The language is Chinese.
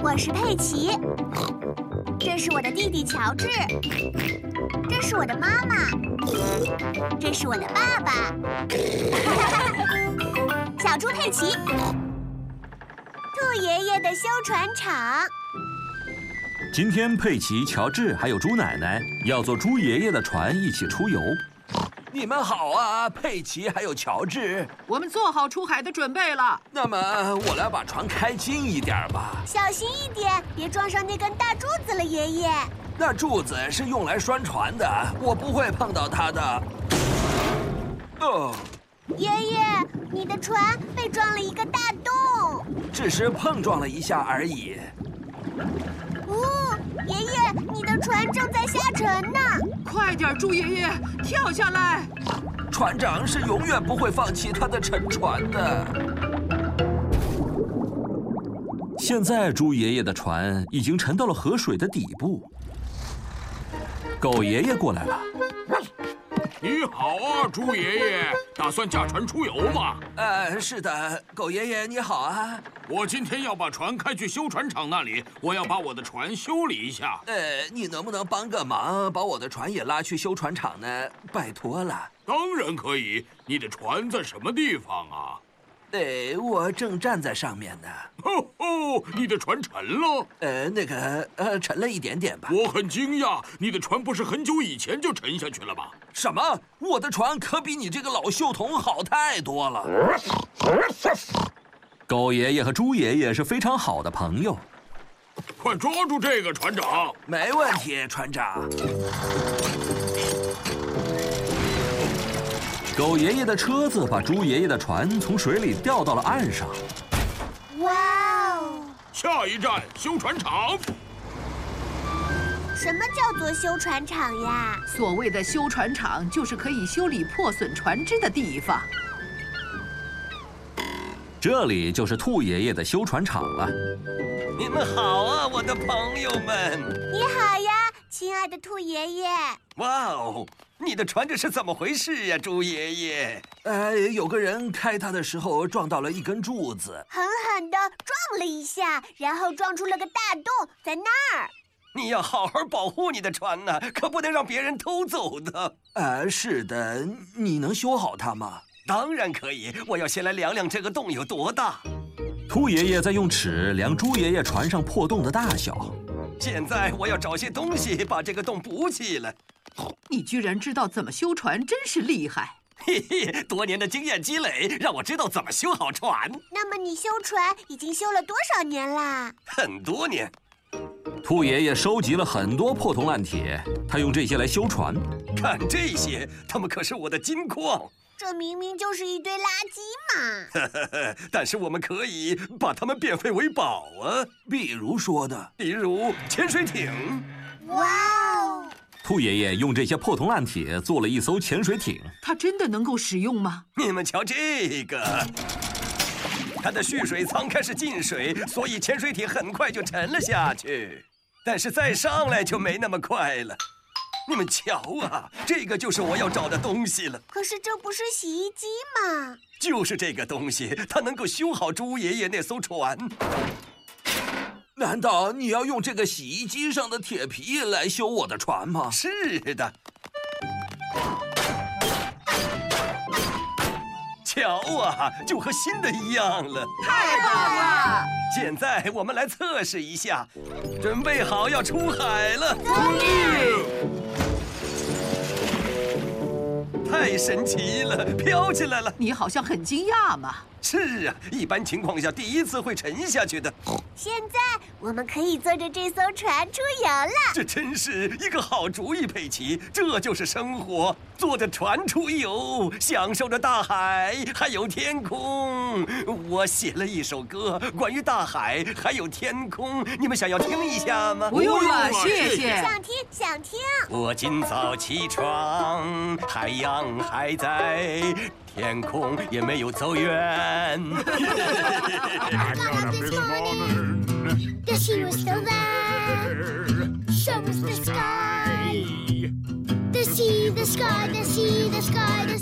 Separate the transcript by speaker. Speaker 1: 我是佩奇，这是我的弟弟乔治，这是我的妈妈，这是我的爸爸， 小猪佩奇，兔爷爷的修船厂。
Speaker 2: 今天佩奇、乔治还有猪奶奶要坐猪爷爷的船一起出游。
Speaker 3: 你们好啊，佩奇还有乔治。
Speaker 4: 我们做好出海的准备了。
Speaker 3: 那么我来把船开近一点儿吧。
Speaker 1: 小心一点，别撞上那根大柱子了，爷爷。
Speaker 3: 那柱子是用来拴船的，我不会碰到它的。哦，
Speaker 1: 爷爷，你的船被撞了一个大洞。
Speaker 3: 只是碰撞了一下而已。
Speaker 1: 哦，爷爷，你的船正在下沉呢。
Speaker 4: 快点，猪爷爷，跳下来！
Speaker 3: 船长是永远不会放弃他的沉船的。
Speaker 2: 现在猪爷爷的船已经沉到了河水的底部。狗爷爷过来了，
Speaker 5: 你好啊，猪爷爷，打算驾船出游吗？
Speaker 3: 呃，是的，狗爷爷你好啊。
Speaker 5: 我今天要把船开去修船厂那里，我要把我的船修理一下。
Speaker 3: 呃，你能不能帮个忙，把我的船也拉去修船厂呢？拜托了。
Speaker 5: 当然可以，你的船在什么地方啊？
Speaker 3: 呃，我正站在上面呢。
Speaker 5: 哦哦，你的船沉了，
Speaker 3: 呃，那个，呃，沉了一点点吧。
Speaker 5: 我很惊讶，你的船不是很久以前就沉下去了吗？
Speaker 3: 什么？我的船可比你这个老锈桶好太多了。
Speaker 2: 狗爷爷和猪爷爷是非常好的朋友。
Speaker 5: 快抓住这个船长！
Speaker 3: 没问题，船长。
Speaker 2: 狗爷爷的车子把猪爷爷的船从水里吊到了岸上。
Speaker 1: 哇哦！
Speaker 5: 下一站修船厂。
Speaker 1: 什么叫做修船厂呀？
Speaker 4: 所谓的修船厂，就是可以修理破损船只的地方。
Speaker 2: 这里就是兔爷爷的修船厂了。
Speaker 3: 你们好啊，我的朋友们！
Speaker 1: 你好呀，亲爱的兔爷爷。
Speaker 6: 哇哦，你的船这是怎么回事呀、猪爷爷？
Speaker 3: 呃，有个人开它的时候撞到了一根柱子，
Speaker 1: 狠狠地撞了一下，然后撞出了个大洞，在那儿。
Speaker 6: 你要好好保护你的船呐、可不能让别人偷走的。
Speaker 3: 呃，是的，你能修好它吗？
Speaker 6: 当然可以，我要先来量量这个洞有多大。
Speaker 2: 兔爷爷在用尺量猪爷爷船上破洞的大小。
Speaker 6: 现在我要找些东西把这个洞补起来。
Speaker 4: 你居然知道怎么修船，真是厉害！
Speaker 6: 嘿嘿，多年的经验积累让我知道怎么修好船，
Speaker 1: 那么你修船已经修了多少年啦？
Speaker 6: 很多年。
Speaker 2: 兔爷爷收集了很多破铜烂铁，他用这些来修船。
Speaker 6: 看这些，它们可是我的金矿，
Speaker 1: 这明明就是一堆垃圾嘛！
Speaker 6: 但是我们可以把它们变废为宝啊，
Speaker 3: 比如说呢？
Speaker 6: 比如潜水艇。
Speaker 1: 哇哦！
Speaker 2: 兔爷爷用这些破铜烂铁做了一艘潜水艇。
Speaker 4: 它真的能够使用吗？
Speaker 6: 你们瞧这个，它的蓄水舱开始进水，所以潜水艇很快就沉了下去。但是再上来就没那么快了。你们瞧啊，这个就是我要找的东西了，
Speaker 1: 可是这不是洗衣机吗？
Speaker 6: 就是这个东西，它能够修好猪爷爷那艘船。
Speaker 3: 难道你要用这个洗衣机上的铁皮来修我的船吗？
Speaker 6: 是的，瞧啊，就和新的一样了。
Speaker 4: 太棒了！
Speaker 6: 现在我们来测试一下，准备好要出海了！太神奇了，飘起来了！
Speaker 4: 你好像很惊讶嘛。
Speaker 6: 是啊，一般情况下第一次会沉下去的，
Speaker 1: 现在我们可以坐着这艘船出游了。
Speaker 6: 这真是一个好主意，佩奇。这就是生活，坐着船出游，享受着大海，还有天空。我写了一首歌，关于大海还有天空，你们想要听一下吗？
Speaker 4: 不用了，
Speaker 5: 不用了
Speaker 4: 谢
Speaker 5: 谢
Speaker 4: 谢。
Speaker 1: 想听，想听。
Speaker 6: 我今早起床，海洋还在，天空也没有走远。
Speaker 7: I got up this morning. The sea was still there. So was the sky. The sea, the sky, the sea, the sky, the